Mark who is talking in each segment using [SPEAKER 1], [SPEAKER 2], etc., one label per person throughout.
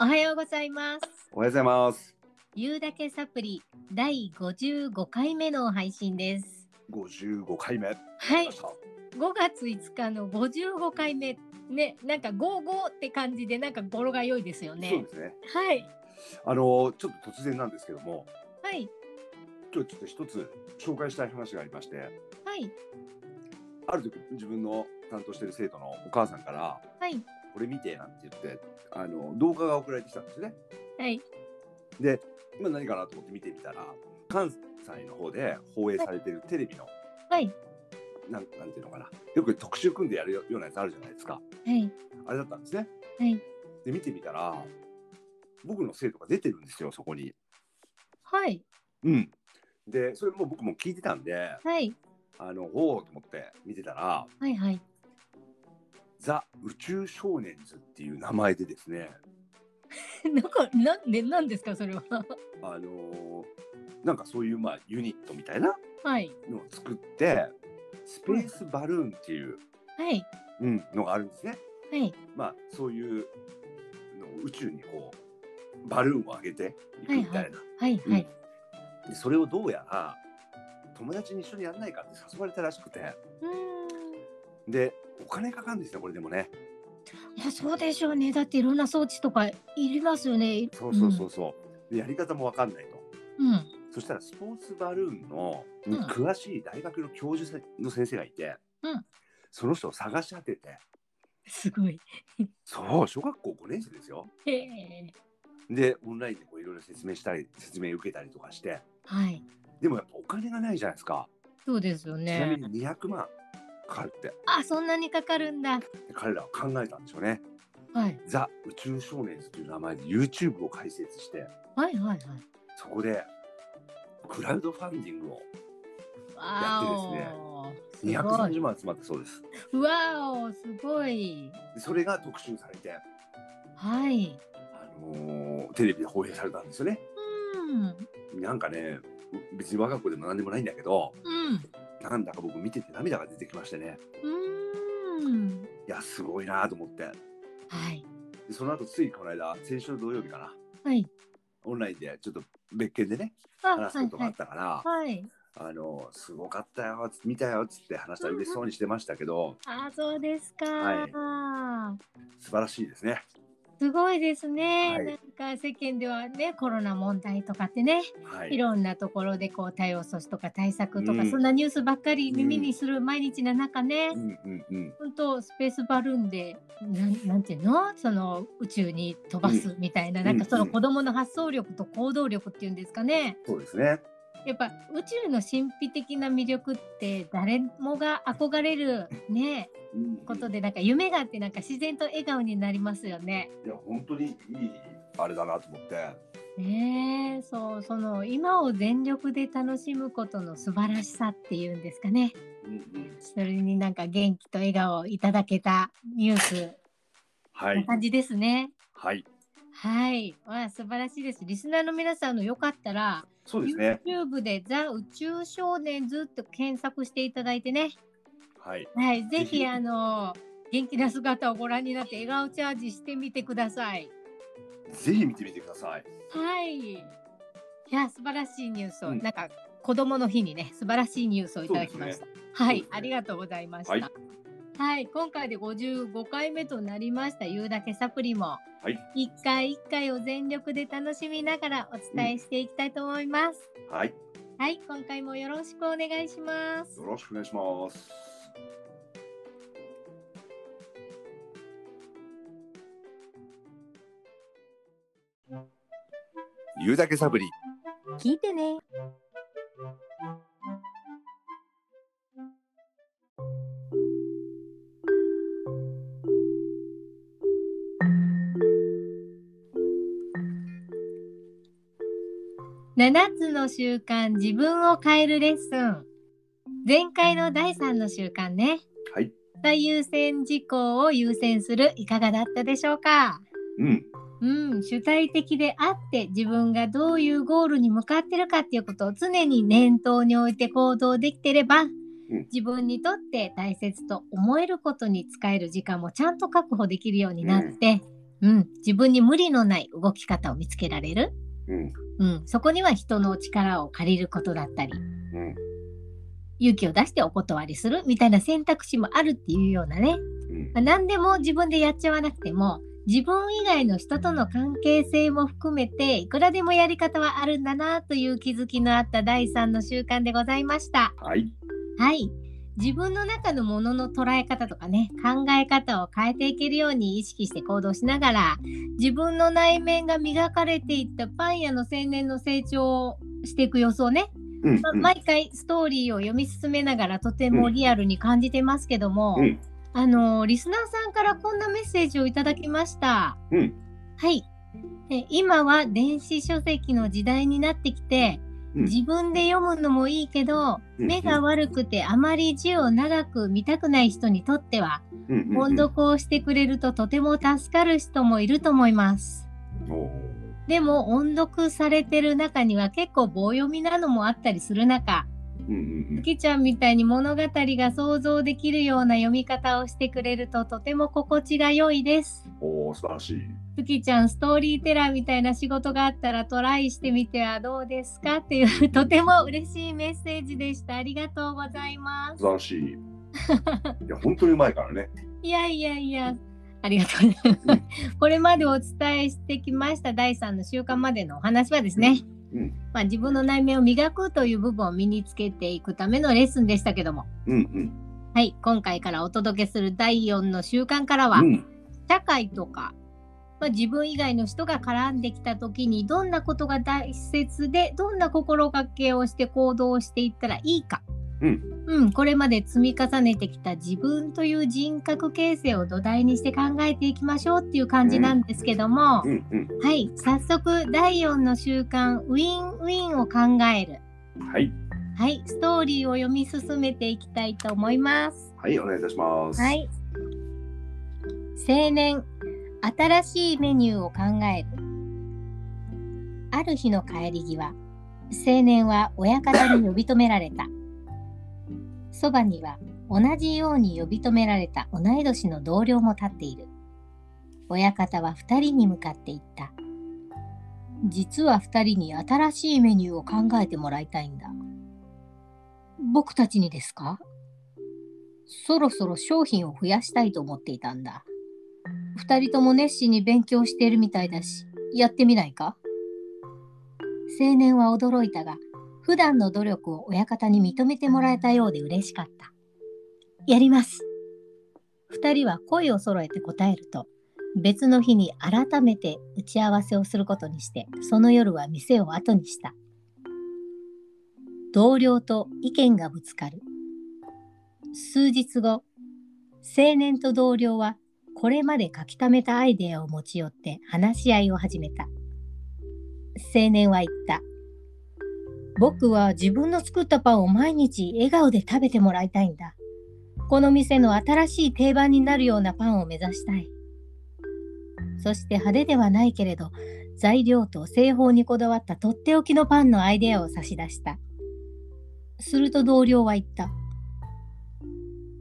[SPEAKER 1] おはようございます。
[SPEAKER 2] おはようございます。
[SPEAKER 1] ゆうだけサプリ第55回目の配信です。
[SPEAKER 2] 55回目。
[SPEAKER 1] はい、
[SPEAKER 2] 来ました
[SPEAKER 1] 5月5日の55回目ね、なんか55って感じでなんか語呂が良いですよ
[SPEAKER 2] そう
[SPEAKER 1] ね
[SPEAKER 2] で。すね。
[SPEAKER 1] はい、
[SPEAKER 2] あのちょっと突然なんですけども、
[SPEAKER 1] はい、
[SPEAKER 2] 今日ちょっと一つ紹介したい話がありまして、
[SPEAKER 1] はい、
[SPEAKER 2] ある時自分の担当してる生徒のお母さんから、
[SPEAKER 1] はい、
[SPEAKER 2] これ見てなんて言って、あの動画が送られてきたんですね。
[SPEAKER 1] はい、
[SPEAKER 2] で、今何かなと思って見てみたら、関西の方で放映されてるテレビの、
[SPEAKER 1] はい、
[SPEAKER 2] なんなんていうのかな、よく特集組んでやるようなやつあるじゃないですか。
[SPEAKER 1] はい、
[SPEAKER 2] あれだったんですね。
[SPEAKER 1] はい、
[SPEAKER 2] で見てみたら、僕の生徒が出てるんですよそこに。
[SPEAKER 1] はい、
[SPEAKER 2] うん、でそれも僕も聞いてたんで
[SPEAKER 1] はい、
[SPEAKER 2] あのおおと思って見てたら
[SPEAKER 1] はい、はい。
[SPEAKER 2] 「ザ・宇宙少年ズ」っていう名前でですね
[SPEAKER 1] なんか、なんで、なんですか、それは。
[SPEAKER 2] あのーなんかそういうまあユニットみたいな
[SPEAKER 1] はい、
[SPEAKER 2] のを作ってスペースバルーンっていう、
[SPEAKER 1] はい、
[SPEAKER 2] うん、のがあるんですね。
[SPEAKER 1] はい、
[SPEAKER 2] まあそういうのを宇宙にこうバルーンを上げていくみたいな。
[SPEAKER 1] はい、はい。
[SPEAKER 2] うんでそれをどうやら友達に一緒にやんないかって誘われたらしくて
[SPEAKER 1] うーん。
[SPEAKER 2] でお金かかるんですねこれでもね。
[SPEAKER 1] いやそうでしょうねだっていろんな装置とかいりますよね
[SPEAKER 2] そうそうそうそう。でやり方もわかんないと。
[SPEAKER 1] うん、うん
[SPEAKER 2] そしたらスポーツバルーンの
[SPEAKER 1] うん
[SPEAKER 2] に詳しい大学の教授さの先生がいて、
[SPEAKER 1] うん
[SPEAKER 2] その人を探し当てて、
[SPEAKER 1] すごい
[SPEAKER 2] そう小学校5年生ですよ。
[SPEAKER 1] へえ
[SPEAKER 2] でオンラインでこういろいろ説明したり説明受けたりとかして、
[SPEAKER 1] はい
[SPEAKER 2] でもやっぱお金がないじゃないですか。
[SPEAKER 1] そうですよ
[SPEAKER 2] ちなみ
[SPEAKER 1] ね
[SPEAKER 2] に200万かかるって
[SPEAKER 1] あそんなにかかるんだ
[SPEAKER 2] で彼らは考えたんでしょうね。
[SPEAKER 1] はい
[SPEAKER 2] ザ宇宙少年ズという名前で YouTube を開設して、
[SPEAKER 1] はいはいはい
[SPEAKER 2] そこでクラウドファンディングを
[SPEAKER 1] わおすごい
[SPEAKER 2] 230万集まったそうです。
[SPEAKER 1] わおすごい
[SPEAKER 2] でそれが特集されて。
[SPEAKER 1] はい
[SPEAKER 2] あのーテレビで放映されたんですよね。
[SPEAKER 1] うん
[SPEAKER 2] なんかね、う別に我が子でも何でもないんだけど、
[SPEAKER 1] うん
[SPEAKER 2] なんだか僕見てて涙が出てきましてね、
[SPEAKER 1] うん
[SPEAKER 2] いや、すごいなと思って。
[SPEAKER 1] はい
[SPEAKER 2] でその後ついこの間、先週土曜日かな、
[SPEAKER 1] はい
[SPEAKER 2] オンラインでちょっと別件でね、
[SPEAKER 1] あは
[SPEAKER 2] 話すこ
[SPEAKER 1] い
[SPEAKER 2] と
[SPEAKER 1] は
[SPEAKER 2] があっ
[SPEAKER 1] い
[SPEAKER 2] たから、
[SPEAKER 1] はい
[SPEAKER 2] あのーすごかったよ、つ見たよっつって話したら嬉しそうにしてましたけど、
[SPEAKER 1] あそうですか、はい
[SPEAKER 2] 素晴らしいですね。
[SPEAKER 1] すごいですね、
[SPEAKER 2] はい
[SPEAKER 1] なんか世間ではねコロナ問題とかってね、、
[SPEAKER 2] はいい。
[SPEAKER 1] ろんなところでこう対応措置とか対策とか、
[SPEAKER 2] うん
[SPEAKER 1] そんなニュースばっかり耳にする毎日の中ね、
[SPEAKER 2] うんうんうん。
[SPEAKER 1] 本当スペースバルーンでなんなんていうのその宇宙に飛ばすみたいな、
[SPEAKER 2] うん
[SPEAKER 1] なんかその
[SPEAKER 2] うん
[SPEAKER 1] 子どもの発想力と行動力っていうんですかね
[SPEAKER 2] そうですね。
[SPEAKER 1] やっぱ宇宙の神秘的な魅力って誰もが憧れるね
[SPEAKER 2] うんうん
[SPEAKER 1] ことでなんか夢があってなんか自然と笑顔になりますよね。
[SPEAKER 2] いや、本当にいい、あれだなと思って。
[SPEAKER 1] ねえそうその今を全力で楽しむことの素晴らしさっていうんですかね
[SPEAKER 2] うんうん。
[SPEAKER 1] それになんか元気と笑顔をいただけたニュース
[SPEAKER 2] は。
[SPEAKER 1] ない感じですね。
[SPEAKER 2] はい。
[SPEAKER 1] はい、わあ素晴らしいです。リスナーの皆さんのよかったら、
[SPEAKER 2] そうですね。
[SPEAKER 1] YouTube で「ザ・宇宙少年ズ」と検索していただいてね、
[SPEAKER 2] はい。
[SPEAKER 1] はい、ぜ
[SPEAKER 2] ぜ
[SPEAKER 1] ひ
[SPEAKER 2] ひ
[SPEAKER 1] あの元気な姿をご覧になって笑顔チャージしてみてください。
[SPEAKER 2] ぜひ見てみてください。
[SPEAKER 1] はい。いや、素晴らしいニュースを、
[SPEAKER 2] うん
[SPEAKER 1] なんか子供の日にね、素晴らしいニュースをいただきました。はい、
[SPEAKER 2] そうですね
[SPEAKER 1] ありがとうございました。は
[SPEAKER 2] はいい、
[SPEAKER 1] 今回で55回目となりました。言うだけサプリも。
[SPEAKER 2] はい。
[SPEAKER 1] 一回一回を全力で楽しみながらお伝えしていきたいと思います。
[SPEAKER 2] はい。
[SPEAKER 1] はい、今回もよろしくお願いします
[SPEAKER 2] よ。ろしくお願いします。言うだけサブリ。
[SPEAKER 1] 聞いてね。7つの習慣自分を変えるレッスン前回の第3の習慣ね
[SPEAKER 2] はい。
[SPEAKER 1] 最優先事項を優先するいかがだったでしょうか
[SPEAKER 2] うん。
[SPEAKER 1] うん、主体的であって自分がどういうゴールに向かってるかっていうことを常に念頭に置いて行動できてれば、自分にとって大切と思えることに使える時間もちゃんと確保できるようになって、うん、自分に無理のない動き方を見つけられる、
[SPEAKER 2] うん
[SPEAKER 1] うん、そこには人の力を借りることだったり
[SPEAKER 2] うん
[SPEAKER 1] 勇気を出してお断りするみたいな選択肢もあるっていうようなね、
[SPEAKER 2] うん
[SPEAKER 1] まあ、何でも自分でやっちゃわなくても自分以外の人との関係性も含めていくらでもやり方はあるんだなという気づきのあった第3の習慣でございました。
[SPEAKER 2] はい
[SPEAKER 1] はい自分の中のものの捉え方とかね考え方を変えていけるように意識して行動しながら自分の内面が磨かれていったパン屋の青年の成長をしていく様子をね、
[SPEAKER 2] うん
[SPEAKER 1] ま
[SPEAKER 2] うん
[SPEAKER 1] 毎回ストーリーを読み進めながらとてもリアルに感じてますけども、
[SPEAKER 2] うん
[SPEAKER 1] あのリスナーさんからこんなメッセージをいただきました。
[SPEAKER 2] うん
[SPEAKER 1] はいえ今は電子書籍の時代になってきて、
[SPEAKER 2] うん
[SPEAKER 1] 自分で読むのもいいけど、
[SPEAKER 2] うん
[SPEAKER 1] 目が悪くてあまり字を長く見たくない人にとっては、
[SPEAKER 2] うんうん
[SPEAKER 1] 音読をしてくれるととても助かる人もいると思います。
[SPEAKER 2] うんおー
[SPEAKER 1] でも音読されてる中には結構棒読みなのもあったりする中、
[SPEAKER 2] うんうんうん
[SPEAKER 1] 月ちゃんみたいに物語が想像できるような読み方をしてくれるととても心地が良いです。
[SPEAKER 2] おお素晴らしい
[SPEAKER 1] 月ちゃんストーリーテラーみたいな仕事があったらトライしてみてはどうですかっていうとても嬉しいメッセージでした。ありがとうございます
[SPEAKER 2] 素。晴らしいいや本当にうまいからね
[SPEAKER 1] いやいやいや、ありがとうございます。これまでお伝えしてきました第3の習慣までのお話はですね、
[SPEAKER 2] うん
[SPEAKER 1] まあ、自分の内面を磨くという部分を身につけていくためのレッスンでしたけども、
[SPEAKER 2] うんうん
[SPEAKER 1] はい、今回からお届けする第4の習慣からは、
[SPEAKER 2] うん
[SPEAKER 1] 社会とか、まあ、自分以外の人が絡んできた時にどんなことが大切でどんな心がけをして行動していったらいいか、
[SPEAKER 2] うん
[SPEAKER 1] うんこれまで積み重ねてきた自分という人格形成を土台にして考えていきましょうっていう感じなんですけども、
[SPEAKER 2] うんう
[SPEAKER 1] はい早速第4の習慣ウィンウィンを考える
[SPEAKER 2] んはい
[SPEAKER 1] はいストーリーを読み進めていきたいと思います。
[SPEAKER 2] はいお願いいたします
[SPEAKER 1] はい。青年、新しいメニューを考える。ある日の帰り際、青年は親方に呼び止められ た。そばには同じように呼び止められた同い年の同僚も立っている。親方は2人に向かって言った。実は2人に新しいメニューを考えてもらいたいんだ。僕たちにですかそろそろ商品を増やしたいと思っていたんだ。二人とも熱心に勉強しているみたいだし、やってみないか青年は驚いたが、普段の努力を親方に認めてもらえたようで嬉しかった。やります。二人は声を揃えて答えると、別の日に改めて打ち合わせをすることにして、その夜は店を後にした。同僚と意見がぶつかる。数日後青年と同僚はこれまで書き溜めたアイデアを持ち寄って話し合いを始めた青年は言った僕は自分の作ったパンを毎日笑顔で食べてもらいたいんだこの店の新しい定番になるようなパンを目指したいそして派手ではないけれど材料と製法にこだわったとっておきのパンのアイデアを差し出したすると同僚は言った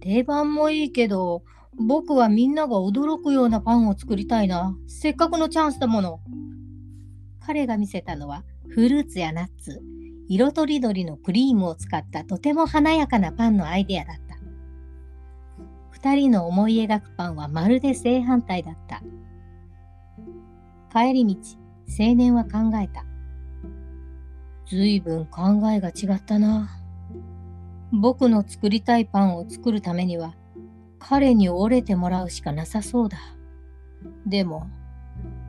[SPEAKER 1] 定番もいいけど僕はみんなが驚くようなパンを作りたいなせっかくのチャンスだもの彼が見せたのはフルーツやナッツ色とりどりのクリームを使ったとても華やかなパンのアイデアだった2人の思い描くパンはまるで正反対だった帰り道青年は考えたずいぶん考えが違ったな僕の作りたいパンを作るためには彼に折れてもらうしかなさそうだ。でも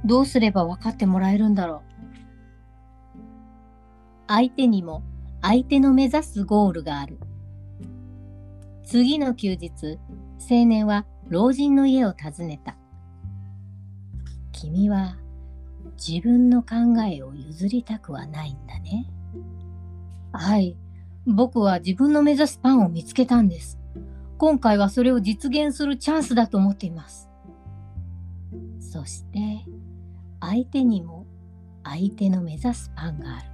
[SPEAKER 1] どうすれば分かってもらえるんだろう。相手にも相手の目指すゴールがある。次の休日、青年は老人の家を訪ねた。君は自分の考えを譲りたくはないんだね。はい。僕は自分の目指すパンを見つけたんです。今回はそれを実現するチャンスだと思っています。そして、相手にも相手の目指すパンがある。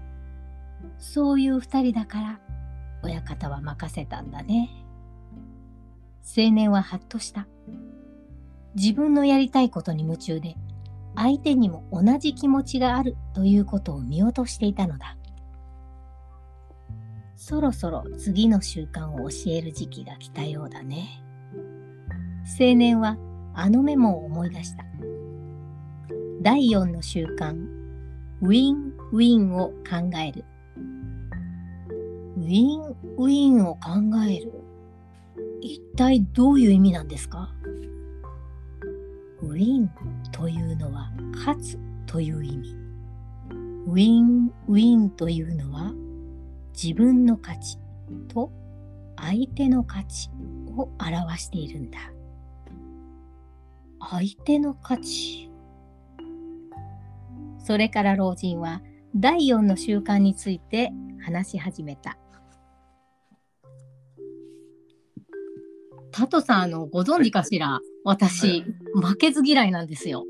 [SPEAKER 1] そういう二人だから、親方は任せたんだね。青年はハッとした。自分のやりたいことに夢中で、相手にも同じ気持ちがあるということを見落としていたのだそろそろ次の習慣を教える時期が来たようだね青年はあのメモを思い出した第4の習慣ウィンウィンを考えるウィンウィンを考える一体どういう意味なんですかウィンというのは勝つという意味。ウィンウィンというのは自分の価値と相手の価値を表しているんだ。相手の価値。それから老人は第4の習慣について話し始めた。タトさんあのご存知かしら、私、負けず嫌いなんですよ。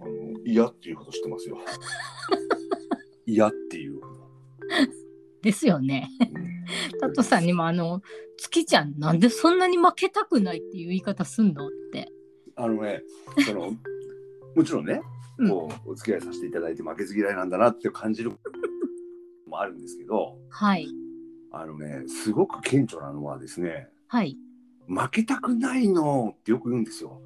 [SPEAKER 2] あの嫌っていうこと知ってま すよ。嫌っていうこ
[SPEAKER 1] ですよね。
[SPEAKER 2] と。うん
[SPEAKER 1] タトさんにもあの「月ちゃんなんでそんなに負けたくないっていう言い方すんの?」って。
[SPEAKER 2] あのね、そのもちろんね、
[SPEAKER 1] うん
[SPEAKER 2] こうお付き合いさせていただいて負けず嫌いなんだなって感じることもあるんですけど、
[SPEAKER 1] はい
[SPEAKER 2] あのね、すごく顕著なのはですね、
[SPEAKER 1] はい
[SPEAKER 2] 負けたくないのってよく言うんですよ。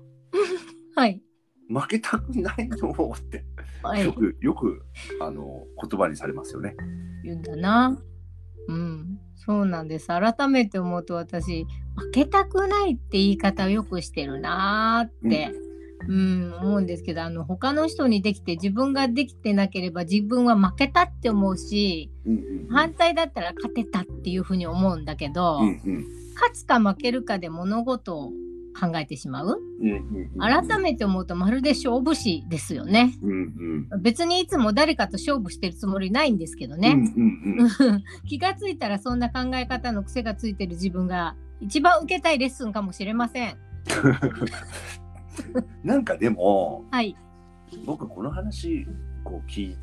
[SPEAKER 1] はい
[SPEAKER 2] 負けたくないのって
[SPEAKER 1] はい
[SPEAKER 2] よくよくあの言葉にされますよね。
[SPEAKER 1] 言うんだな。うんそうなんです改めて思うと私負けたくないって言い方をよくしてるなーって。うん、思うんですけどあの他の人にできて自分ができてなければ自分は負けたって思うし
[SPEAKER 2] うんうんうん
[SPEAKER 1] 反対だったら勝てたっていうふうに思うんだけど、
[SPEAKER 2] うんうん
[SPEAKER 1] 勝つか負けるかで物事を考えてしまう
[SPEAKER 2] うんうんうん
[SPEAKER 1] 改めて思うとまるで勝負師ですよね
[SPEAKER 2] うんうん
[SPEAKER 1] 別にいつも誰かと勝負してるつもりないんですけど
[SPEAKER 2] うん
[SPEAKER 1] ね、
[SPEAKER 2] うんうん
[SPEAKER 1] 気がついたらそんな考え方の癖がついてる自分が一番受けたいレッスンかもしれません
[SPEAKER 2] なんかでも
[SPEAKER 1] はい
[SPEAKER 2] 僕この話こう聞い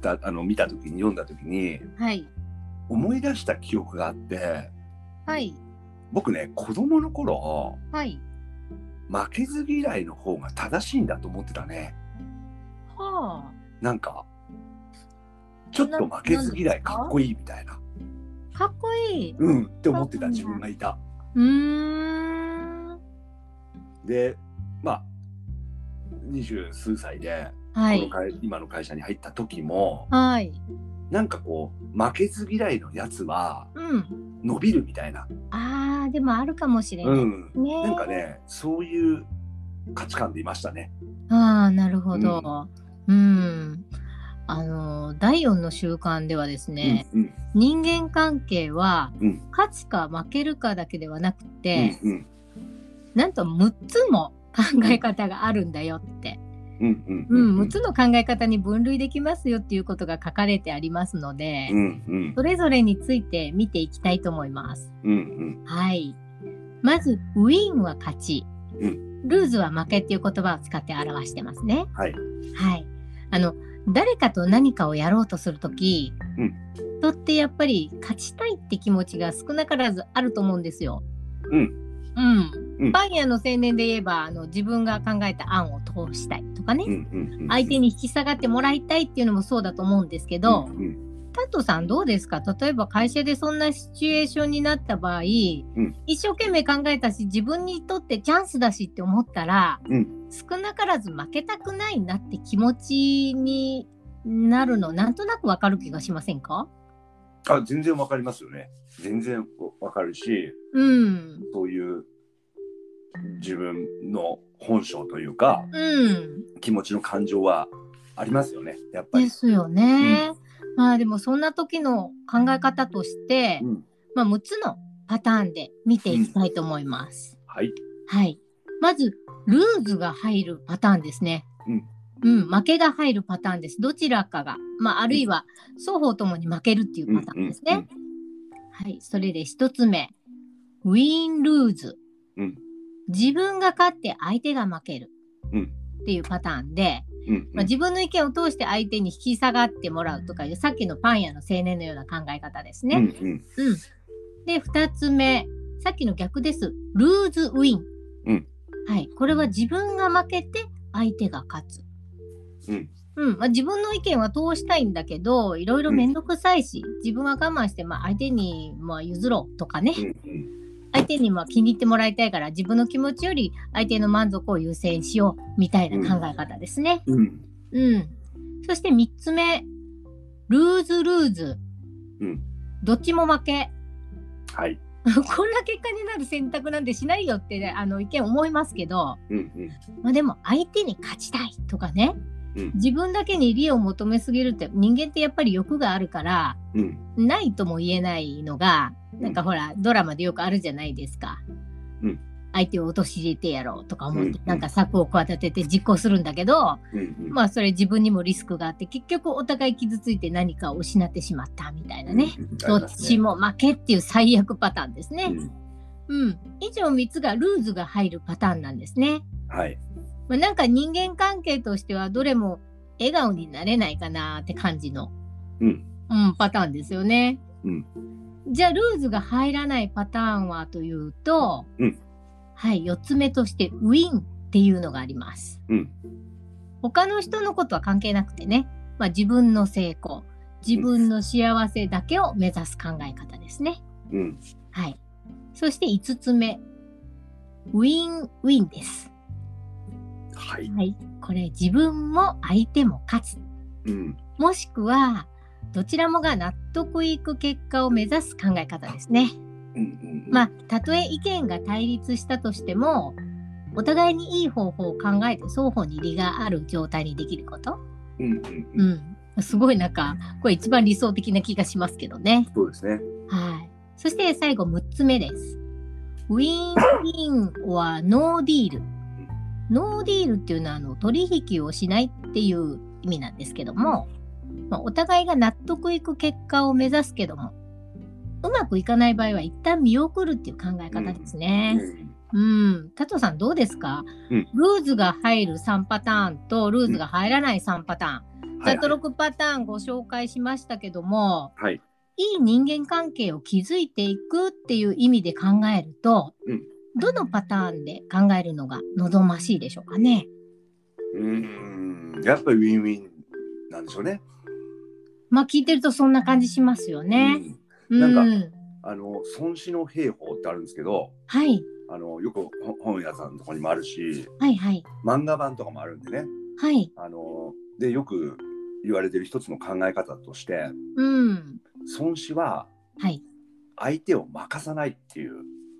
[SPEAKER 2] たあの見た時に読んだ時に
[SPEAKER 1] はい
[SPEAKER 2] 思い出した記憶があって
[SPEAKER 1] はい
[SPEAKER 2] 僕ね子供の頃
[SPEAKER 1] はい
[SPEAKER 2] 負けず嫌いの方が正しいんだと思ってたね
[SPEAKER 1] は
[SPEAKER 2] なんかちょっと負けず嫌いかっこいいみたいな
[SPEAKER 1] あかっこいい
[SPEAKER 2] うんって思ってた自分がいた。
[SPEAKER 1] うーん
[SPEAKER 2] でまあ二十数歳で
[SPEAKER 1] は
[SPEAKER 2] この
[SPEAKER 1] い
[SPEAKER 2] 会今の会社に入った時も
[SPEAKER 1] はい
[SPEAKER 2] なんかこう負けず嫌いのやつは
[SPEAKER 1] うん
[SPEAKER 2] 伸びるみたいな、
[SPEAKER 1] あーでもあるかもしれない、
[SPEAKER 2] うん、
[SPEAKER 1] ね
[SPEAKER 2] なんかねそういう価値観でいましたね。
[SPEAKER 1] ああなるほど。うん。あの第4の習慣ではですね、
[SPEAKER 2] うんうん
[SPEAKER 1] 人間関係は、
[SPEAKER 2] うん
[SPEAKER 1] 勝つか負けるかだけではなくて、
[SPEAKER 2] うん
[SPEAKER 1] なんと6つも考え方があるんだよって、
[SPEAKER 2] うんうん
[SPEAKER 1] う
[SPEAKER 2] うんんうん
[SPEAKER 1] 6つの考え方に分類できますよっていうことが書かれてありますので、
[SPEAKER 2] うんうん
[SPEAKER 1] それぞれについて見ていきたいと思います。
[SPEAKER 2] うん
[SPEAKER 1] はい。まず、ウィンは勝ち、
[SPEAKER 2] う
[SPEAKER 1] ルーズは負けっていう言葉を使って表してますね。
[SPEAKER 2] はい
[SPEAKER 1] はい。あの、誰かと何かをやろうとするとき、
[SPEAKER 2] うん
[SPEAKER 1] 人ってやっぱり勝ちたいって気持ちが少なからずあると思うんですよ。
[SPEAKER 2] うん
[SPEAKER 1] うん。
[SPEAKER 2] うん
[SPEAKER 1] パン屋の青年で言えばあの自分が考えた案を通したいとかね、
[SPEAKER 2] うんうんうん
[SPEAKER 1] 相手に引き下がってもらいたいっていうのもそうだと思うんですけど、
[SPEAKER 2] うんうん
[SPEAKER 1] タトさんどうですか例えば会社でそんなシチュエーションになった場合、一生懸命考えたし自分にとってチャンスだしって思ったら、
[SPEAKER 2] うん
[SPEAKER 1] 少なからず負けたくないなって気持ちになるのなんとなくわかる気がしませんか
[SPEAKER 2] あ全然わかりますよね全然わかるし
[SPEAKER 1] うん
[SPEAKER 2] そういう自分の本性というか
[SPEAKER 1] うん
[SPEAKER 2] 気持ちの感情はありますよねやっぱ
[SPEAKER 1] で
[SPEAKER 2] り。
[SPEAKER 1] すよね。まあでもそんな時の考え方として、
[SPEAKER 2] うん
[SPEAKER 1] まあ、6つのパターンで見ていきたいと思います。
[SPEAKER 2] はい。
[SPEAKER 1] はい。まず、ルーズが入るパターンですね。うん。負けが入るパターンです。どちらかが。まあ、あるいは、双方ともに負けるっていうパターンですね。
[SPEAKER 2] うん
[SPEAKER 1] はい。それで一つ目。ウィン・ルーズ。
[SPEAKER 2] うん
[SPEAKER 1] 自分が勝って相手が負ける。
[SPEAKER 2] うん
[SPEAKER 1] っていうパターンで、
[SPEAKER 2] うんうんうん
[SPEAKER 1] まあ、自分の意見を通して相手に引き下がってもらうとかいう、さっきのパン屋の青年のような考え方ですね。
[SPEAKER 2] うんう
[SPEAKER 1] う
[SPEAKER 2] ん
[SPEAKER 1] ん。で、二つ目、さっきの逆です。ルーズウィン。
[SPEAKER 2] うん
[SPEAKER 1] はい。これは自分が負けて相手が勝つ。
[SPEAKER 2] うん
[SPEAKER 1] うんまあ、自分の意見は通したいんだけどいろいろ面倒くさいし、自分は我慢して、まあ、相手にまあ譲ろうとかね、
[SPEAKER 2] うんうん
[SPEAKER 1] 相手にまあ気に入ってもらいたいから自分の気持ちより相手の満足を優先しようみたいな考え方ですね。
[SPEAKER 2] うん
[SPEAKER 1] うん、そして3つ目ルーズルーズ、
[SPEAKER 2] うん
[SPEAKER 1] どっちも負け
[SPEAKER 2] はい
[SPEAKER 1] こんな結果になる選択なんてしないよって、ね、あの意見思いますけど、
[SPEAKER 2] うんうん
[SPEAKER 1] まあ、でも相手に勝ちたいとかね
[SPEAKER 2] うん
[SPEAKER 1] 自分だけに利を求めすぎるって人間ってやっぱり欲があるから
[SPEAKER 2] うん
[SPEAKER 1] ないとも言えないのがなんかほら、ドラマでよくあるじゃないですか。
[SPEAKER 2] うん
[SPEAKER 1] 相手を陥れてやろうとか思って、
[SPEAKER 2] うんうん
[SPEAKER 1] なんか策を企てて実行するんだけど、
[SPEAKER 2] うんうん
[SPEAKER 1] まあそれ自分にもリスクがあって結局お互い傷ついて何かを失ってしまったみたいなね、
[SPEAKER 2] うん
[SPEAKER 1] どっちも負けっていう最悪パターンです
[SPEAKER 2] う
[SPEAKER 1] ね。
[SPEAKER 2] ん
[SPEAKER 1] うん、以上3つがルーズが入るパターンなんですね。
[SPEAKER 2] はい
[SPEAKER 1] まあ、なんか人間関係としてはどれも笑顔になれないかなって感じの、
[SPEAKER 2] うん
[SPEAKER 1] うんパターンですよね。
[SPEAKER 2] うん
[SPEAKER 1] じゃあルーズが入らないパターンはというと、
[SPEAKER 2] うん
[SPEAKER 1] はい4つ目としてウィンっていうのがあります。
[SPEAKER 2] うん
[SPEAKER 1] 他の人のことは関係なくてね、まあ、自分の成功自分の幸せだけを目指す考え方ですね。
[SPEAKER 2] うん
[SPEAKER 1] はい、そして5つ目ウィンウィンです。
[SPEAKER 2] はい
[SPEAKER 1] はい、これ自分も相手も勝つ
[SPEAKER 2] うん
[SPEAKER 1] もしくはどちらもが納得いく結果を目指す考え方ですね。
[SPEAKER 2] うんうん
[SPEAKER 1] まあたとえ意見が対立したとしてもお互いにいい方法を考えて双方に利がある状態にできること、
[SPEAKER 2] うんうんう
[SPEAKER 1] うんん、すごいなんかこれ一番理想的な気がしますけどね。
[SPEAKER 2] そうですね
[SPEAKER 1] はい、そして最後6つ目です。ウィンウィンはノーディール。ノーディールっていうのはあの取引をしないっていう意味なんですけども、まあ、お互いが納得いく結果を目指すけどもうまくいかない場合は一旦見送るっていう考え方です
[SPEAKER 2] う
[SPEAKER 1] ね。
[SPEAKER 2] ん
[SPEAKER 1] うん、加藤さんどうですか、
[SPEAKER 2] うん
[SPEAKER 1] ルーズが入る3パターンとルーズが入らない3パターン、
[SPEAKER 2] は
[SPEAKER 1] ざ
[SPEAKER 2] い
[SPEAKER 1] っと6パターンご紹介しましたけども、
[SPEAKER 2] はい
[SPEAKER 1] いい人間関係を築いていくっていう意味で考えると、
[SPEAKER 2] うん
[SPEAKER 1] どのパターンで考えるのが望ましいでしょうかね。
[SPEAKER 2] うんやっぱりウィンウィンなんでしょうね
[SPEAKER 1] まあ聞いてるとそんな感じしますよね。
[SPEAKER 2] うん
[SPEAKER 1] うんん、
[SPEAKER 2] なんあの孫子の兵法ってあるんですけど
[SPEAKER 1] はい
[SPEAKER 2] あのよくほ本屋さんのとこにもあるし
[SPEAKER 1] はいはい
[SPEAKER 2] 漫画版とかもあるんでね
[SPEAKER 1] はい。
[SPEAKER 2] あのでよく言われてる一つの考え方として
[SPEAKER 1] うん
[SPEAKER 2] 孫子は
[SPEAKER 1] はい
[SPEAKER 2] 相手を任さないっていう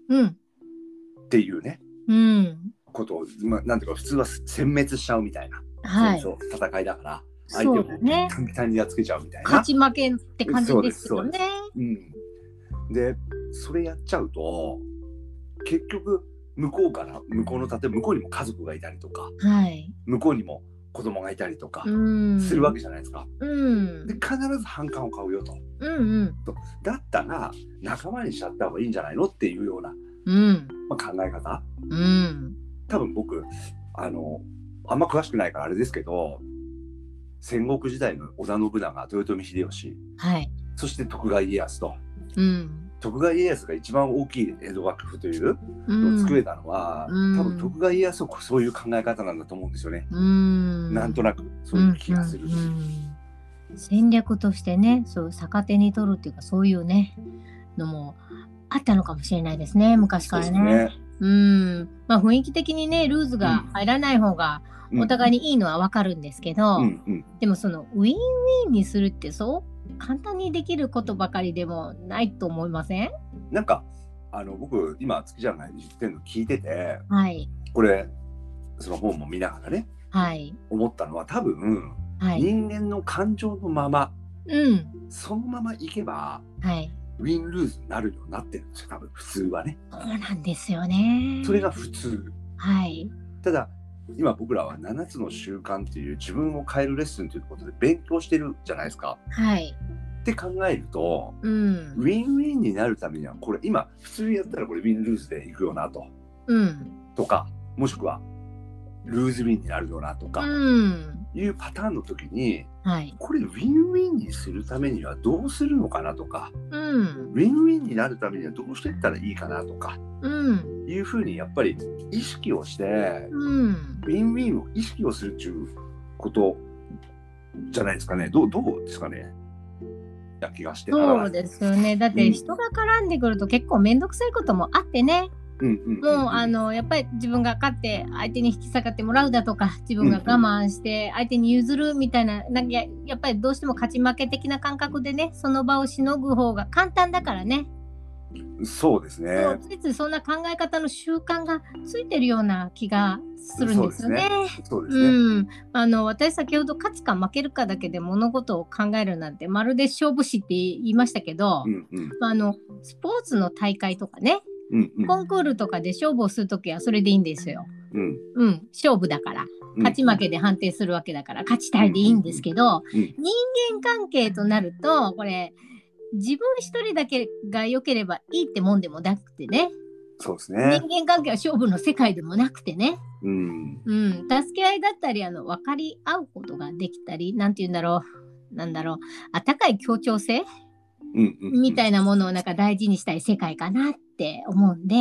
[SPEAKER 1] うん
[SPEAKER 2] っていうね
[SPEAKER 1] うん
[SPEAKER 2] ことを、まあ、なんていうか普通は殲滅しちゃうみたいな、
[SPEAKER 1] はい。
[SPEAKER 2] 戦争戦いだから相手
[SPEAKER 1] そう
[SPEAKER 2] を
[SPEAKER 1] だね。
[SPEAKER 2] 簡単にやっつけちゃうみたいな
[SPEAKER 1] 勝。ち負けって感じですよね。
[SPEAKER 2] うん、でそれやっちゃうと結局向こうから向こうの例えば向こうにも家族がいたりとか
[SPEAKER 1] はい。
[SPEAKER 2] 向こうにも子供がいたりとか
[SPEAKER 1] うん。
[SPEAKER 2] するわけじゃないですか。
[SPEAKER 1] うん
[SPEAKER 2] で必ず反感を買うよと。
[SPEAKER 1] うん
[SPEAKER 2] だったら仲間にしちゃった方がいいんじゃないのっていうような、
[SPEAKER 1] うん
[SPEAKER 2] まあ、考え方
[SPEAKER 1] うん
[SPEAKER 2] 多分僕あのあんま詳しくないからあれですけど戦国時代の織田信長豊臣秀吉
[SPEAKER 1] はい
[SPEAKER 2] そして徳川家康と
[SPEAKER 1] うん
[SPEAKER 2] 徳川家康が一番大きい江戸幕府という
[SPEAKER 1] うん
[SPEAKER 2] のを作れたのは、
[SPEAKER 1] うん
[SPEAKER 2] 多分徳川家康はそういう考え方なんだと思うんですよね。
[SPEAKER 1] うん。
[SPEAKER 2] なんとなくそういう気がするし。
[SPEAKER 1] うんうんうん戦略としてねそう逆手に取るっていうかそういうねのもあったのかもしれないですね昔
[SPEAKER 2] そ
[SPEAKER 1] か
[SPEAKER 2] うで
[SPEAKER 1] ら
[SPEAKER 2] す
[SPEAKER 1] ね。
[SPEAKER 2] ね。
[SPEAKER 1] うんまあ雰囲気的にねルーズが入らない方が
[SPEAKER 2] うん
[SPEAKER 1] お互いにいいのはわかるんですけど、
[SPEAKER 2] うんうん
[SPEAKER 1] でもそのウィンウィンにするってそう簡単にできることばかりでもないと思いません
[SPEAKER 2] なんかあの僕今月じゃない言ってんの聞いてて
[SPEAKER 1] はい
[SPEAKER 2] これその本も見ながらね
[SPEAKER 1] はい
[SPEAKER 2] 思ったのは多分、
[SPEAKER 1] はい。
[SPEAKER 2] 人間の感情のまま
[SPEAKER 1] うん
[SPEAKER 2] そのままいけば
[SPEAKER 1] はい
[SPEAKER 2] ウィンルーズになるようになってるんですよ多分普通はね。
[SPEAKER 1] そうなんですよね。
[SPEAKER 2] それが普通。
[SPEAKER 1] はい
[SPEAKER 2] ただ今僕らは7つの習慣っていう自分を変えるレッスンということで勉強してるじゃないですか。
[SPEAKER 1] はい。
[SPEAKER 2] って考えると
[SPEAKER 1] うん
[SPEAKER 2] ウィンウィンになるためにはこれ今普通にやったらこれウィンルーズでいくよなと
[SPEAKER 1] うん
[SPEAKER 2] とかもしくはルーズウィンになるよなと
[SPEAKER 1] う
[SPEAKER 2] か
[SPEAKER 1] ん
[SPEAKER 2] いうパターンの時に
[SPEAKER 1] はい。
[SPEAKER 2] これウィンウィンにするためにはどうするのかなとか
[SPEAKER 1] うん。
[SPEAKER 2] ウィンウィンになるためにはどうしていったらいいかなとか
[SPEAKER 1] うん。
[SPEAKER 2] いうふうにやっぱり意識をして
[SPEAKER 1] うん。
[SPEAKER 2] ウィンウィンを意識をするっていうことじゃないですかね。どう、どうですかね。いや気がして。
[SPEAKER 1] そうですよね。だって
[SPEAKER 2] うん
[SPEAKER 1] 人が絡んでくると結構面倒くさいこともあってね。
[SPEAKER 2] うんうんん
[SPEAKER 1] も
[SPEAKER 2] ん
[SPEAKER 1] うあのやっぱり自分が勝って相手に引き下がってもらうだとか自分が我慢して相手に譲るみたいななんかややっぱりどうしても勝ち負け的な感覚でねその場をしのぐ方が簡単だからね、
[SPEAKER 2] そうですね。
[SPEAKER 1] もうついついそんな考え方の習慣がついてるような気がするんですよね。
[SPEAKER 2] そうですね。
[SPEAKER 1] うん、あの私先ほど勝つか負けるかだけで物事を考えるなんてまるで勝負師って言いましたけど、
[SPEAKER 2] うんうん
[SPEAKER 1] あのスポーツの大会とかね
[SPEAKER 2] うんうん
[SPEAKER 1] コンクールとかで勝負をするときはそれでいいんですよ。
[SPEAKER 2] うん
[SPEAKER 1] うん、勝負だから
[SPEAKER 2] うん
[SPEAKER 1] 勝ち負けで判定するわけだから勝ちたいでいいんですけど、
[SPEAKER 2] うん
[SPEAKER 1] 人間関係となるとこれ自分一人だけが良ければいいってもんでもなくてね
[SPEAKER 2] そうです
[SPEAKER 1] 人
[SPEAKER 2] ね。
[SPEAKER 1] 間関係は勝負の世界でもなくてね、
[SPEAKER 2] うん
[SPEAKER 1] うん、助け合いだったりあの分かり合うことができたりなんて言うんだろうなんだろうあったかい協調性
[SPEAKER 2] うんうん
[SPEAKER 1] みた
[SPEAKER 2] い
[SPEAKER 1] いなものをなんか大事にしたい世界かなって思うんで。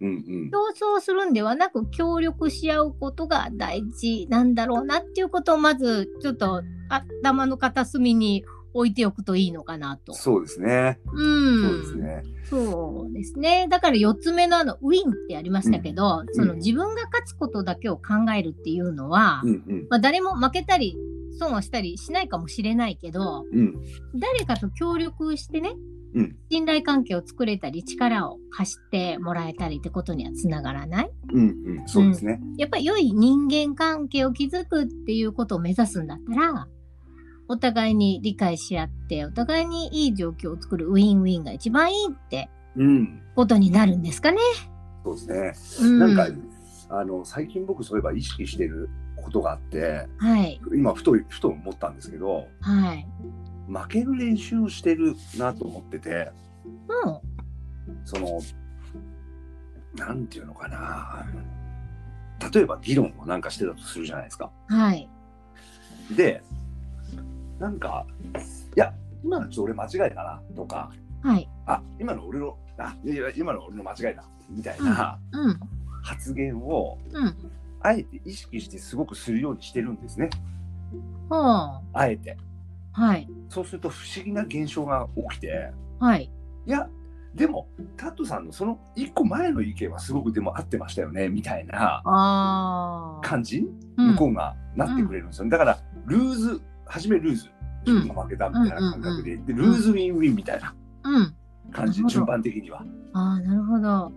[SPEAKER 2] うんうん
[SPEAKER 1] 競争するんではなく協力し合うことが大事なんだろうなっていうことをまずちょっと頭の片隅に置いておくといいのかなと。
[SPEAKER 2] そうですね。
[SPEAKER 1] う
[SPEAKER 2] そ
[SPEAKER 1] ん
[SPEAKER 2] うですね。
[SPEAKER 1] そうですねだから4つ目のあのウィンってありましたけど、その
[SPEAKER 2] うん
[SPEAKER 1] 自分が勝つことだけを考えるっていうのは、
[SPEAKER 2] うんうん
[SPEAKER 1] まあ、誰も負けたり損をしたりしないかもしれないけど
[SPEAKER 2] うん
[SPEAKER 1] 誰かと協力してね
[SPEAKER 2] うん
[SPEAKER 1] 信頼関係を作れたり力を貸してもらえたりってことにはつながらない
[SPEAKER 2] うんうんそうですね。
[SPEAKER 1] やっぱり良い人間関係を築くっていうことを目指すんだったらお互いに理解し合ってお互いにいい状況を作るウィンウィンが一番いいって
[SPEAKER 2] うん
[SPEAKER 1] ことになるんですかね。
[SPEAKER 2] そうです
[SPEAKER 1] う
[SPEAKER 2] ね。
[SPEAKER 1] ん、
[SPEAKER 2] なんかあの最近僕そういえば意識してることがあって、
[SPEAKER 1] はい
[SPEAKER 2] 今ふとふと思ったんですけど、
[SPEAKER 1] はい。
[SPEAKER 2] 負ける練習をしてるなと思ってて、
[SPEAKER 1] も
[SPEAKER 2] そのなんていうのかな。例えば議論をなんかしてたとするじゃないですか。
[SPEAKER 1] うんはい
[SPEAKER 2] でなんかいや今のちょっと俺間違いだなとか
[SPEAKER 1] はい。
[SPEAKER 2] あ今の俺のあいや今の俺の間違いだみたいな
[SPEAKER 1] うん
[SPEAKER 2] 発言を
[SPEAKER 1] うん。
[SPEAKER 2] あえて意識してすごくするようにしてるんですね
[SPEAKER 1] ほう
[SPEAKER 2] あえて
[SPEAKER 1] はい
[SPEAKER 2] そうすると不思議な現象が起きて
[SPEAKER 1] はい。
[SPEAKER 2] いやでもタッドさんのその1個前の意見はすごくでも合ってましたよねみたいな
[SPEAKER 1] ああ。
[SPEAKER 2] 感じ
[SPEAKER 1] うん
[SPEAKER 2] 向こうがなってくれるんですよねだからルーズ初めルーズ
[SPEAKER 1] うん
[SPEAKER 2] 自分が負けたみたいな感覚でで
[SPEAKER 1] ん
[SPEAKER 2] ルーズウィンウィンみたいな
[SPEAKER 1] うん。
[SPEAKER 2] 感じ
[SPEAKER 1] なるほど
[SPEAKER 2] 順番的には
[SPEAKER 1] ああなるほど。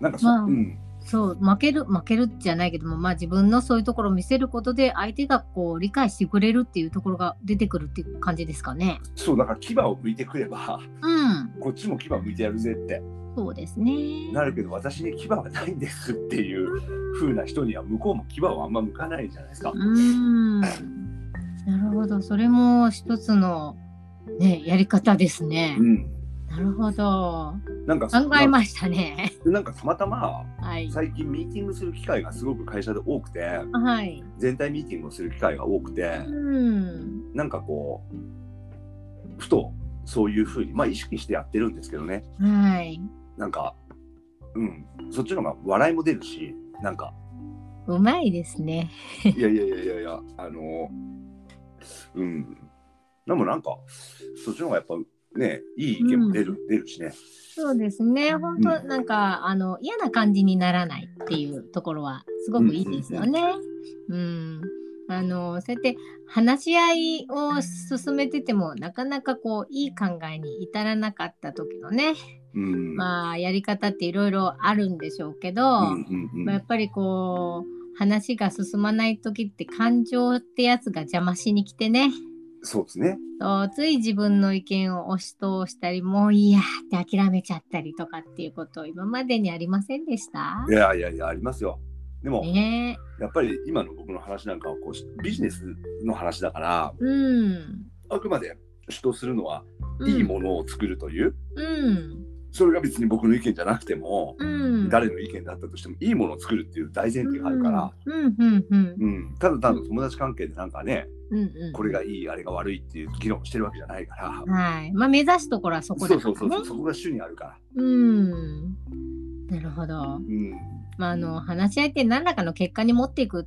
[SPEAKER 2] なんかそう、
[SPEAKER 1] まあ
[SPEAKER 2] うん
[SPEAKER 1] そう負ける負けるじゃないけども、まあ、自分のそういうところを見せることで相手がこう理解してくれるっていうところが出てくるっていう感じですかね。
[SPEAKER 2] そうだから牙を向いてくれば
[SPEAKER 1] うん、
[SPEAKER 2] こっちも牙向いてやるぜって
[SPEAKER 1] そうですね。
[SPEAKER 2] なるけど私に牙はないんですっていう風な人には向こうも牙をあんま向かないじゃないですか
[SPEAKER 1] う。ん、なるほど、それも一つのねやり方ですね
[SPEAKER 2] う。ん、
[SPEAKER 1] なるほど、
[SPEAKER 2] なんか
[SPEAKER 1] 考えましたね。
[SPEAKER 2] ななんかたまたま
[SPEAKER 1] はい。
[SPEAKER 2] 最近ミーティングする機会がすごく会社で多くて
[SPEAKER 1] はい。
[SPEAKER 2] 全体ミーティングをする機会が多くて
[SPEAKER 1] うん。
[SPEAKER 2] なんかこうふとそういう風にまあ意識してやってるんですけどね
[SPEAKER 1] はい。
[SPEAKER 2] なんかうんそっちの方が笑いも出るしな んか
[SPEAKER 1] うまいですね。
[SPEAKER 2] いやいやいやいやいや、あの、うん。でもなんか、そっちの方がやっぱね、いい意見も出る、出るしね。
[SPEAKER 1] そうですね。本当
[SPEAKER 2] う
[SPEAKER 1] なんか、あの嫌な感じにならないっていうところはすごくいいですよね。うん。あのそうやって話し合いを進めててもなかなかこういい考えに至らなかった時のね、
[SPEAKER 2] うん。
[SPEAKER 1] まあやり方っていろいろあるんでしょうけど、
[SPEAKER 2] うんうんうん
[SPEAKER 1] まあ、やっぱりこう話が進まない時って感情ってやつが邪魔しに来てね
[SPEAKER 2] そうですね。
[SPEAKER 1] そうつい自分の意見を押し通したりもういいやって諦めちゃったりとかっていうこと今までにありませんでした
[SPEAKER 2] いやいやいや、ありますよ。でも、
[SPEAKER 1] ね
[SPEAKER 2] やっぱり今の僕の話なんかはこうしビジネスの話だから、
[SPEAKER 1] えうん
[SPEAKER 2] あくまで主張するのは、
[SPEAKER 1] うん
[SPEAKER 2] いいものを作るという、
[SPEAKER 1] うん
[SPEAKER 2] それが別に僕の意見じゃなくても、
[SPEAKER 1] うん
[SPEAKER 2] 誰の意見だったとしても、いいものを作るっていう大前提があるから、
[SPEAKER 1] うんうんうん
[SPEAKER 2] うんただ単の友達関係でなんかね、
[SPEAKER 1] うんうん
[SPEAKER 2] これがいいあれが悪いっていう議論をしてるわけじゃないから、
[SPEAKER 1] はいまあ目指すところはそこ
[SPEAKER 2] そ
[SPEAKER 1] だ
[SPEAKER 2] う
[SPEAKER 1] から
[SPEAKER 2] そう
[SPEAKER 1] ね
[SPEAKER 2] そうそうそこが主にあるから、
[SPEAKER 1] うんなるほど
[SPEAKER 2] うん、
[SPEAKER 1] まあ、あの話し合いって何らかの結果に持っていく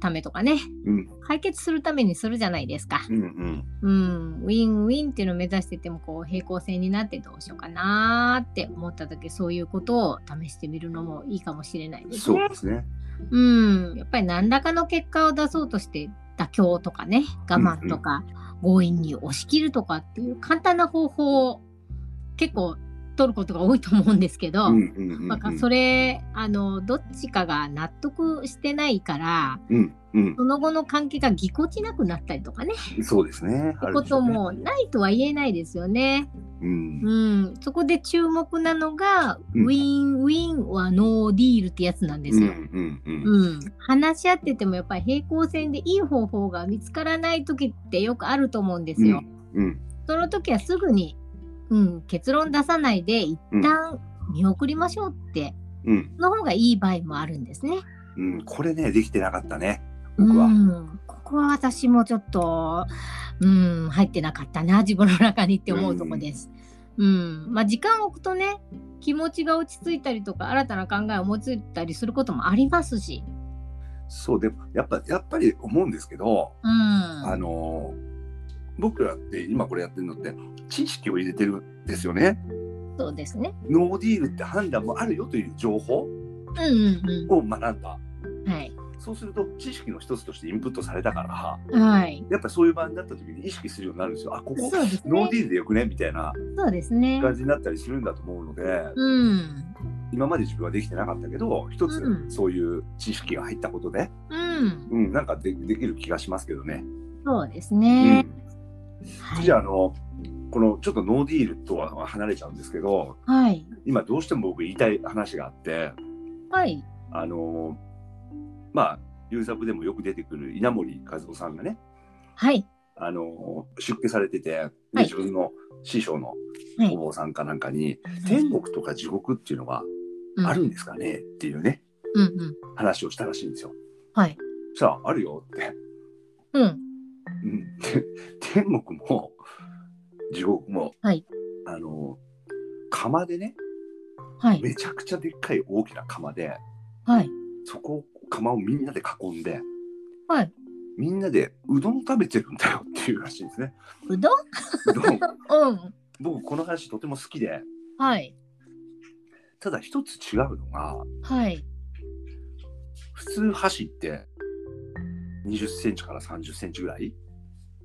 [SPEAKER 1] ためとかね
[SPEAKER 2] うん
[SPEAKER 1] 解決するためにするじゃないですか。
[SPEAKER 2] うんうん
[SPEAKER 1] うん、ウィンウィンっていうのを目指しててもこう平行線になってどうしようかなーって思った時そういうことを試してみるのもいいかもしれないです
[SPEAKER 2] そ
[SPEAKER 1] ね
[SPEAKER 2] う。ですね
[SPEAKER 1] うん、やっぱり何らかの結果を出そうとして妥協とかね我慢とか、強引に押し切るとかっていう簡単な方法を結構取ることが多いと思うんですけど、
[SPEAKER 2] うんうんうん
[SPEAKER 1] なんかそれあのどっちかが納得してないから
[SPEAKER 2] うんうん
[SPEAKER 1] その後の関係がぎこちなくなったりとかね
[SPEAKER 2] そうですね
[SPEAKER 1] ってこともないとは言えないですよね。
[SPEAKER 2] うん
[SPEAKER 1] うん、そこで注目なのが、
[SPEAKER 2] うん
[SPEAKER 1] ウィンウィンはノーディールってやつなんで
[SPEAKER 2] う
[SPEAKER 1] す
[SPEAKER 2] んう
[SPEAKER 1] よ。
[SPEAKER 2] んうん
[SPEAKER 1] うん、話し合っててもやっぱり平行線でいい方法が見つからない時ってよくあると思うんですよ。
[SPEAKER 2] うん
[SPEAKER 1] その時はすぐに、うん、結論出さないで一旦見送りましょうって、
[SPEAKER 2] うん
[SPEAKER 1] の方がいい場合もあるんですね。
[SPEAKER 2] うんこれねできてなかったね僕は
[SPEAKER 1] うん、ここは私もちょっと、うん、入ってなかったな自分の中にって思うとこです。うんまあ、時間を置くとね気持ちが落ち着いたりとか新たな考えを持ちついたりすることもありますし。
[SPEAKER 2] そうでもやっぱやっぱり思うんですけど
[SPEAKER 1] うん、
[SPEAKER 2] あのー僕らって今これやってるのって知識を入れてるんですよね。
[SPEAKER 1] そうですね。
[SPEAKER 2] ノーディールって判断もあるよという情
[SPEAKER 1] う
[SPEAKER 2] 報
[SPEAKER 1] んうん
[SPEAKER 2] を学んだ。
[SPEAKER 1] うん。はい。
[SPEAKER 2] そうすると知識の一つとしてインプットされたから
[SPEAKER 1] はい。
[SPEAKER 2] やっぱそういう場になった時に意識するようになるんですよ。あここ
[SPEAKER 1] そうです
[SPEAKER 2] ノ
[SPEAKER 1] ね
[SPEAKER 2] ーデ。ィールでよくねみたいな
[SPEAKER 1] そうですね。
[SPEAKER 2] 感じになったりするんだと思うので
[SPEAKER 1] うん。
[SPEAKER 2] 今まで自分はできてなかったけど一つ
[SPEAKER 1] うん
[SPEAKER 2] そういう知識が入ったことで、
[SPEAKER 1] うん。
[SPEAKER 2] うん、なんかでできる気がしますけどね。
[SPEAKER 1] そうです
[SPEAKER 2] う
[SPEAKER 1] ね。
[SPEAKER 2] ん
[SPEAKER 1] はい
[SPEAKER 2] じゃああのこのちょっとノーディールとは離れちゃうんですけど
[SPEAKER 1] はい。
[SPEAKER 2] 今どうしても僕言いたい話があって
[SPEAKER 1] はい。
[SPEAKER 2] あのまあユーザブでもよく出てくる稲森和夫さんがね
[SPEAKER 1] はい。
[SPEAKER 2] あの出家されてて、で
[SPEAKER 1] はい
[SPEAKER 2] 自分の師匠の
[SPEAKER 1] はい
[SPEAKER 2] お坊さんかなんかに、天国とか地獄っていうのがあるんですかねっていうね
[SPEAKER 1] うんうん。
[SPEAKER 2] 話をしたらしいんですよ。
[SPEAKER 1] はい。
[SPEAKER 2] そしたらあるよって、
[SPEAKER 1] うん。
[SPEAKER 2] うん、て天国も地獄も、
[SPEAKER 1] はい
[SPEAKER 2] あの釜でね
[SPEAKER 1] はい。
[SPEAKER 2] めちゃくちゃでっかい大きな釜で
[SPEAKER 1] はい。
[SPEAKER 2] そこを釜をみんなで囲んで
[SPEAKER 1] はい。
[SPEAKER 2] みんなでうどん食べてるんだよっていうらしいんですね。
[SPEAKER 1] うどん
[SPEAKER 2] うどん
[SPEAKER 1] うん。
[SPEAKER 2] 僕この話とても好きで
[SPEAKER 1] はい。
[SPEAKER 2] ただ一つ違うのが
[SPEAKER 1] はい。
[SPEAKER 2] 普通箸って20センチから30センチぐらい、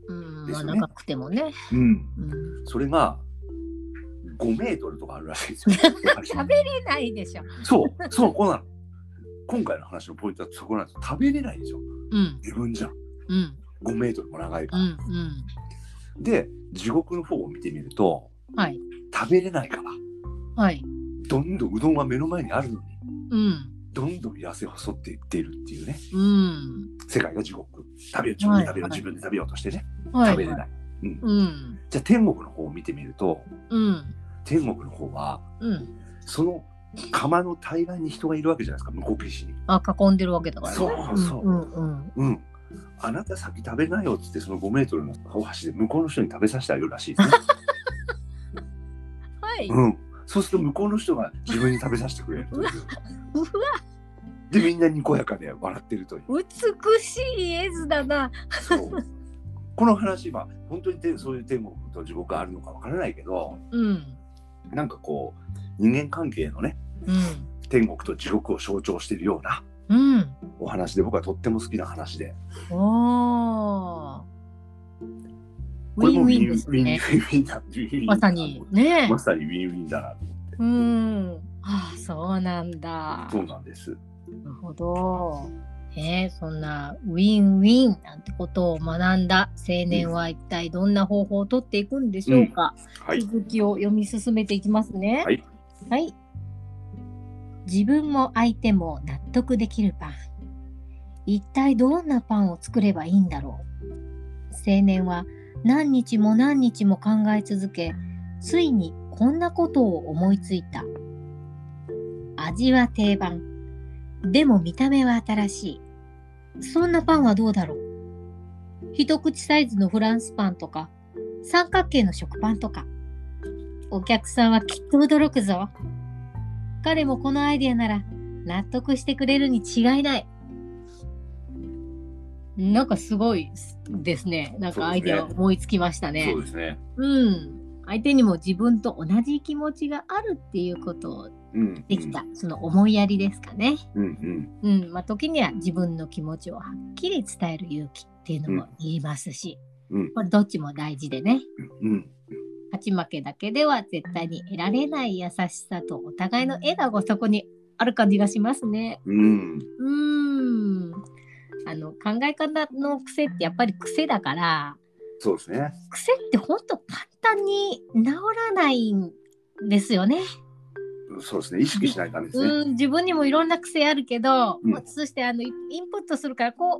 [SPEAKER 1] うん。
[SPEAKER 2] で
[SPEAKER 1] ますあ、
[SPEAKER 2] よね
[SPEAKER 1] 長くてもね。
[SPEAKER 2] うん、
[SPEAKER 1] うん。
[SPEAKER 2] それが5メートルとかあるらしいですよ。箸
[SPEAKER 1] 食べれないでしょ。
[SPEAKER 2] そうそうこうなの。今回の話のポイントはそこなんですよ食べれないでしょ
[SPEAKER 1] うん。
[SPEAKER 2] 自分じゃん
[SPEAKER 1] うん。
[SPEAKER 2] 5メートルも長いか
[SPEAKER 1] う
[SPEAKER 2] ら。
[SPEAKER 1] ん。うん。
[SPEAKER 2] で地獄の方を見てみると
[SPEAKER 1] はい。
[SPEAKER 2] 食べれないから
[SPEAKER 1] はい。
[SPEAKER 2] どんどんうどんは目の前にあるのに
[SPEAKER 1] うん。
[SPEAKER 2] どんどん痩せ細っていっているっていうね
[SPEAKER 1] うん。
[SPEAKER 2] 世界が地獄食べよう自分で食べよ
[SPEAKER 1] は
[SPEAKER 2] う、
[SPEAKER 1] い
[SPEAKER 2] 自分で食べようとしてね
[SPEAKER 1] はい。
[SPEAKER 2] 食べれない、うん、
[SPEAKER 1] うん。
[SPEAKER 2] じゃあ天国の方を見てみると
[SPEAKER 1] うん。
[SPEAKER 2] 天国の方は
[SPEAKER 1] うん。
[SPEAKER 2] その釜の対岸に人がいるわけじゃないですか向こう岸に。
[SPEAKER 1] あ、囲んでるわけだからね。
[SPEAKER 2] そうそう
[SPEAKER 1] うん。うん。
[SPEAKER 2] うんあなた先食べなよっつってその5メートルのお箸で向こうの人に食べさせてあげるらしいですね、
[SPEAKER 1] はい。うわ。
[SPEAKER 2] うん、そうすると向こうの人が自分に食べさせてくれるというでみんなにこやかで笑ってるという
[SPEAKER 1] 美しい絵図だな。
[SPEAKER 2] そうこの話は本当にてそういう天国と地獄があるのかわからないけど
[SPEAKER 1] うん。
[SPEAKER 2] なんかこう人間関係のね
[SPEAKER 1] うん。
[SPEAKER 2] 天国と地獄を象徴しているような
[SPEAKER 1] うん。
[SPEAKER 2] お話で僕はとっても好きな話で
[SPEAKER 1] おー。ウ
[SPEAKER 2] これ
[SPEAKER 1] ィ
[SPEAKER 2] も
[SPEAKER 1] ン
[SPEAKER 2] ウ
[SPEAKER 1] ウ
[SPEAKER 2] ィ
[SPEAKER 1] ィン
[SPEAKER 2] ンウ
[SPEAKER 1] で
[SPEAKER 2] ィ
[SPEAKER 1] す
[SPEAKER 2] ンウィン
[SPEAKER 1] ね。
[SPEAKER 2] ウィンだウィンウィンだ
[SPEAKER 1] まさに。ね
[SPEAKER 2] まさにウィンウィンだなと思って
[SPEAKER 1] うん。ああ、そうなんだ。
[SPEAKER 2] そうなんです
[SPEAKER 1] なるほど。えー、そんなウィンウィンなんてことを学んだ青年は一体どんな方法をとっていくんでしょうか、
[SPEAKER 2] はい
[SPEAKER 1] 続きを読み進めていきますね。
[SPEAKER 2] はい、
[SPEAKER 1] はい自分も相手も納得できるパン一体どんなパンを作ればいいんだろう青年は何日も何日も考え続けついにこんなことを思いついた味は定番でも見た目は新しいそんなパンはどうだろう一口サイズのフランスパンとか三角形の食パンとかお客さんはきっと驚くぞ彼もこのアイデアなら納得してくれるに違いないなんかすごいですね。なんかアイデア思いつきましたね。
[SPEAKER 2] そうですね。
[SPEAKER 1] うん。相手にも自分と同じ気持ちがあるっていうことを
[SPEAKER 2] うん。
[SPEAKER 1] できた、その思いやりですかね。
[SPEAKER 2] うんうん。
[SPEAKER 1] うん。まあ、時には自分の気持ちをはっきり伝える勇気っていうのも言いますし、
[SPEAKER 2] うん
[SPEAKER 1] これどっちも大事でね。
[SPEAKER 2] うん。
[SPEAKER 1] 勝ち負けだけでは絶対に得られない優しさとお互いの笑顔がそこにある感じがしますね。
[SPEAKER 2] うん。
[SPEAKER 1] うーん。あの考え方の癖ってやっぱり癖だから
[SPEAKER 2] そうですね。
[SPEAKER 1] 癖ってほんと簡単に治らないんですよね。
[SPEAKER 2] そうですね。意識しない感じですね。
[SPEAKER 1] うん自分にもいろんな癖あるけど、
[SPEAKER 2] うん
[SPEAKER 1] そしてあのイインプットするからこう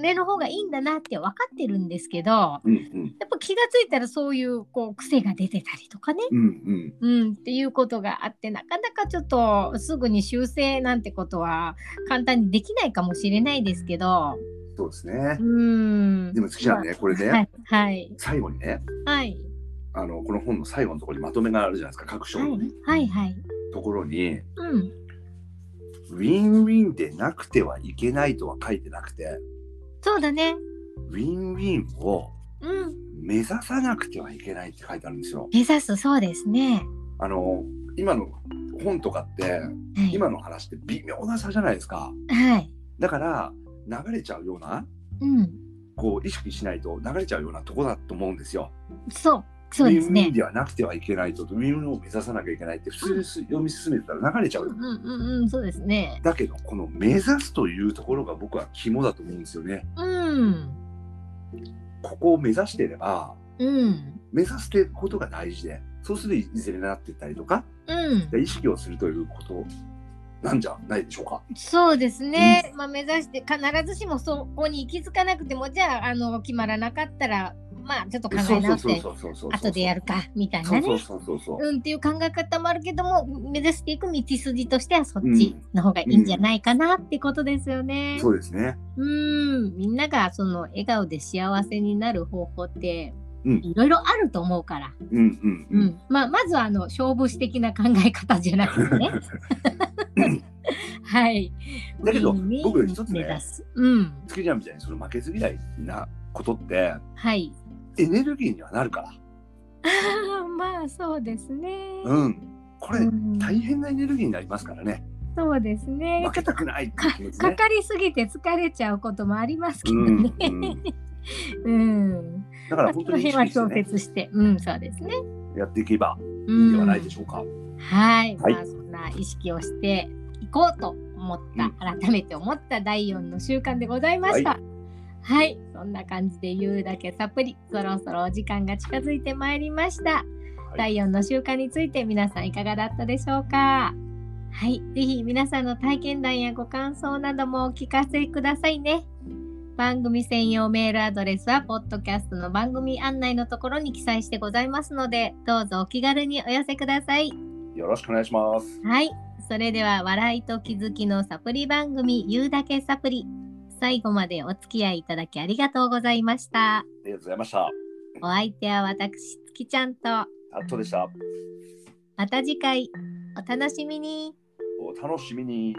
[SPEAKER 1] 目の方がいいんだなって分かってるんですけどや
[SPEAKER 2] うんうん。
[SPEAKER 1] っぱ気がついたらそういうこう癖が出てたりとかね
[SPEAKER 2] うんうん。
[SPEAKER 1] うん、っていうことがあってなかなかちょっとすぐに修正なんてことは簡単にできないかもしれないですけど
[SPEAKER 2] そうですね
[SPEAKER 1] う。ん
[SPEAKER 2] でも月ちゃんね、これ
[SPEAKER 1] は
[SPEAKER 2] ね
[SPEAKER 1] い、はい
[SPEAKER 2] 最後にね、
[SPEAKER 1] はい
[SPEAKER 2] あの、この本の最後のところにまとめがあるじゃないですか、各章のね
[SPEAKER 1] はいはい
[SPEAKER 2] ところに、
[SPEAKER 1] うん
[SPEAKER 2] ウィンウィンでなくてはいけないとは書いてなくて、
[SPEAKER 1] そうだね
[SPEAKER 2] ウィンウィンを
[SPEAKER 1] うん
[SPEAKER 2] 目指さなくてはいけないって書いてあるんですよ。
[SPEAKER 1] 目指すそうですね
[SPEAKER 2] あの、今の本とかって、
[SPEAKER 1] はい
[SPEAKER 2] 今の話って微妙な差じゃないですか。
[SPEAKER 1] はい
[SPEAKER 2] だから、流れちゃうような、
[SPEAKER 1] うん
[SPEAKER 2] こう意識しないと流れちゃうようなとこだと思うんですよ。
[SPEAKER 1] そうそうです
[SPEAKER 2] ウィンウィ
[SPEAKER 1] ね
[SPEAKER 2] ンではなくてはいけないと、ウィンウィンを目指さなきゃいけないって、普通にす読み進めてたら流れちゃう
[SPEAKER 1] う
[SPEAKER 2] よ。
[SPEAKER 1] んうんうんうんそうですね
[SPEAKER 2] だけど、この目指すというところが僕は肝だと思うんですよね。
[SPEAKER 1] うん
[SPEAKER 2] ここを目指していれば、
[SPEAKER 1] うん
[SPEAKER 2] 目指すってことが大事で、そうするといずれになっていったりとか、
[SPEAKER 1] うん
[SPEAKER 2] 意識をするということなんじゃないでしょうか。
[SPEAKER 1] そうですね、まあ、目指して必ずしもそこに行き着かなくてもじゃああの決まらなかったらまあちょっと考え直して
[SPEAKER 2] うそうそ
[SPEAKER 1] 後でやる。かみたい
[SPEAKER 2] そ
[SPEAKER 1] な
[SPEAKER 2] うそ
[SPEAKER 1] ね
[SPEAKER 2] うそうそうそう。
[SPEAKER 1] うんっていう考え方もあるけども目指していく道筋としてはそっちの方がいいんじゃないかなってことですよね。
[SPEAKER 2] そうですね。
[SPEAKER 1] うんみんながその笑顔で幸せになる方法って
[SPEAKER 2] うん
[SPEAKER 1] いろいろあると思うから、
[SPEAKER 2] うんう
[SPEAKER 1] うんんまあ、まずはあの勝負師的な考え方じゃなくて ね。はい。
[SPEAKER 2] うん。だけど
[SPEAKER 1] ウィンウィン
[SPEAKER 2] 僕一つ
[SPEAKER 1] 目指
[SPEAKER 2] ね、
[SPEAKER 1] す。うん。
[SPEAKER 2] 月ちゃんみたいにその負けず嫌いなことって
[SPEAKER 1] はい。
[SPEAKER 2] エネルギーにはなるから。
[SPEAKER 1] あーまあそうですね。
[SPEAKER 2] うん。これ
[SPEAKER 1] うん
[SPEAKER 2] 大変なエネルギーになりますからね。
[SPEAKER 1] そうですね。
[SPEAKER 2] 負けたくないっていう気持ち
[SPEAKER 1] か
[SPEAKER 2] ね。
[SPEAKER 1] かりすぎて疲れちゃうこともありますけ
[SPEAKER 2] う
[SPEAKER 1] ど
[SPEAKER 2] ん
[SPEAKER 1] ね。
[SPEAKER 2] うん。
[SPEAKER 1] うん。
[SPEAKER 2] だか
[SPEAKER 1] まあ
[SPEAKER 2] ら
[SPEAKER 1] そ
[SPEAKER 2] 本当
[SPEAKER 1] の
[SPEAKER 2] に意
[SPEAKER 1] 辺は
[SPEAKER 2] 識して
[SPEAKER 1] 調
[SPEAKER 2] ね
[SPEAKER 1] 節して、うん、そうですね。
[SPEAKER 2] やっていけば
[SPEAKER 1] う
[SPEAKER 2] いいんではないで
[SPEAKER 1] ん
[SPEAKER 2] しょうか。
[SPEAKER 1] はい、
[SPEAKER 2] はい
[SPEAKER 1] まあそんな意識をしていこうと思った、改めて思った第4の習慣でございました。はい、そんな感じで言うだけサプリ、そろそろお時間が近づいてまいりました。
[SPEAKER 2] い
[SPEAKER 1] 第4の習慣について皆さんいかがだったでしょうかはい、ぜひ皆さんの体験談やご感想などもお聞かせくださいね。番組専用メールアドレスは、ポッドキャストの番組案内のところに記載してございますので、どうぞお気軽にお寄せください。
[SPEAKER 2] よろしくお願いします。
[SPEAKER 1] はい、それでは笑いと気づきのサプリ番組「言うだけサプリ」最後までお付き合いいただきありがとうございました。
[SPEAKER 2] ありがとうございました。
[SPEAKER 1] お相手は私月ちゃんと
[SPEAKER 2] あとでした。
[SPEAKER 1] また次回お楽しみに。
[SPEAKER 2] お楽しみに。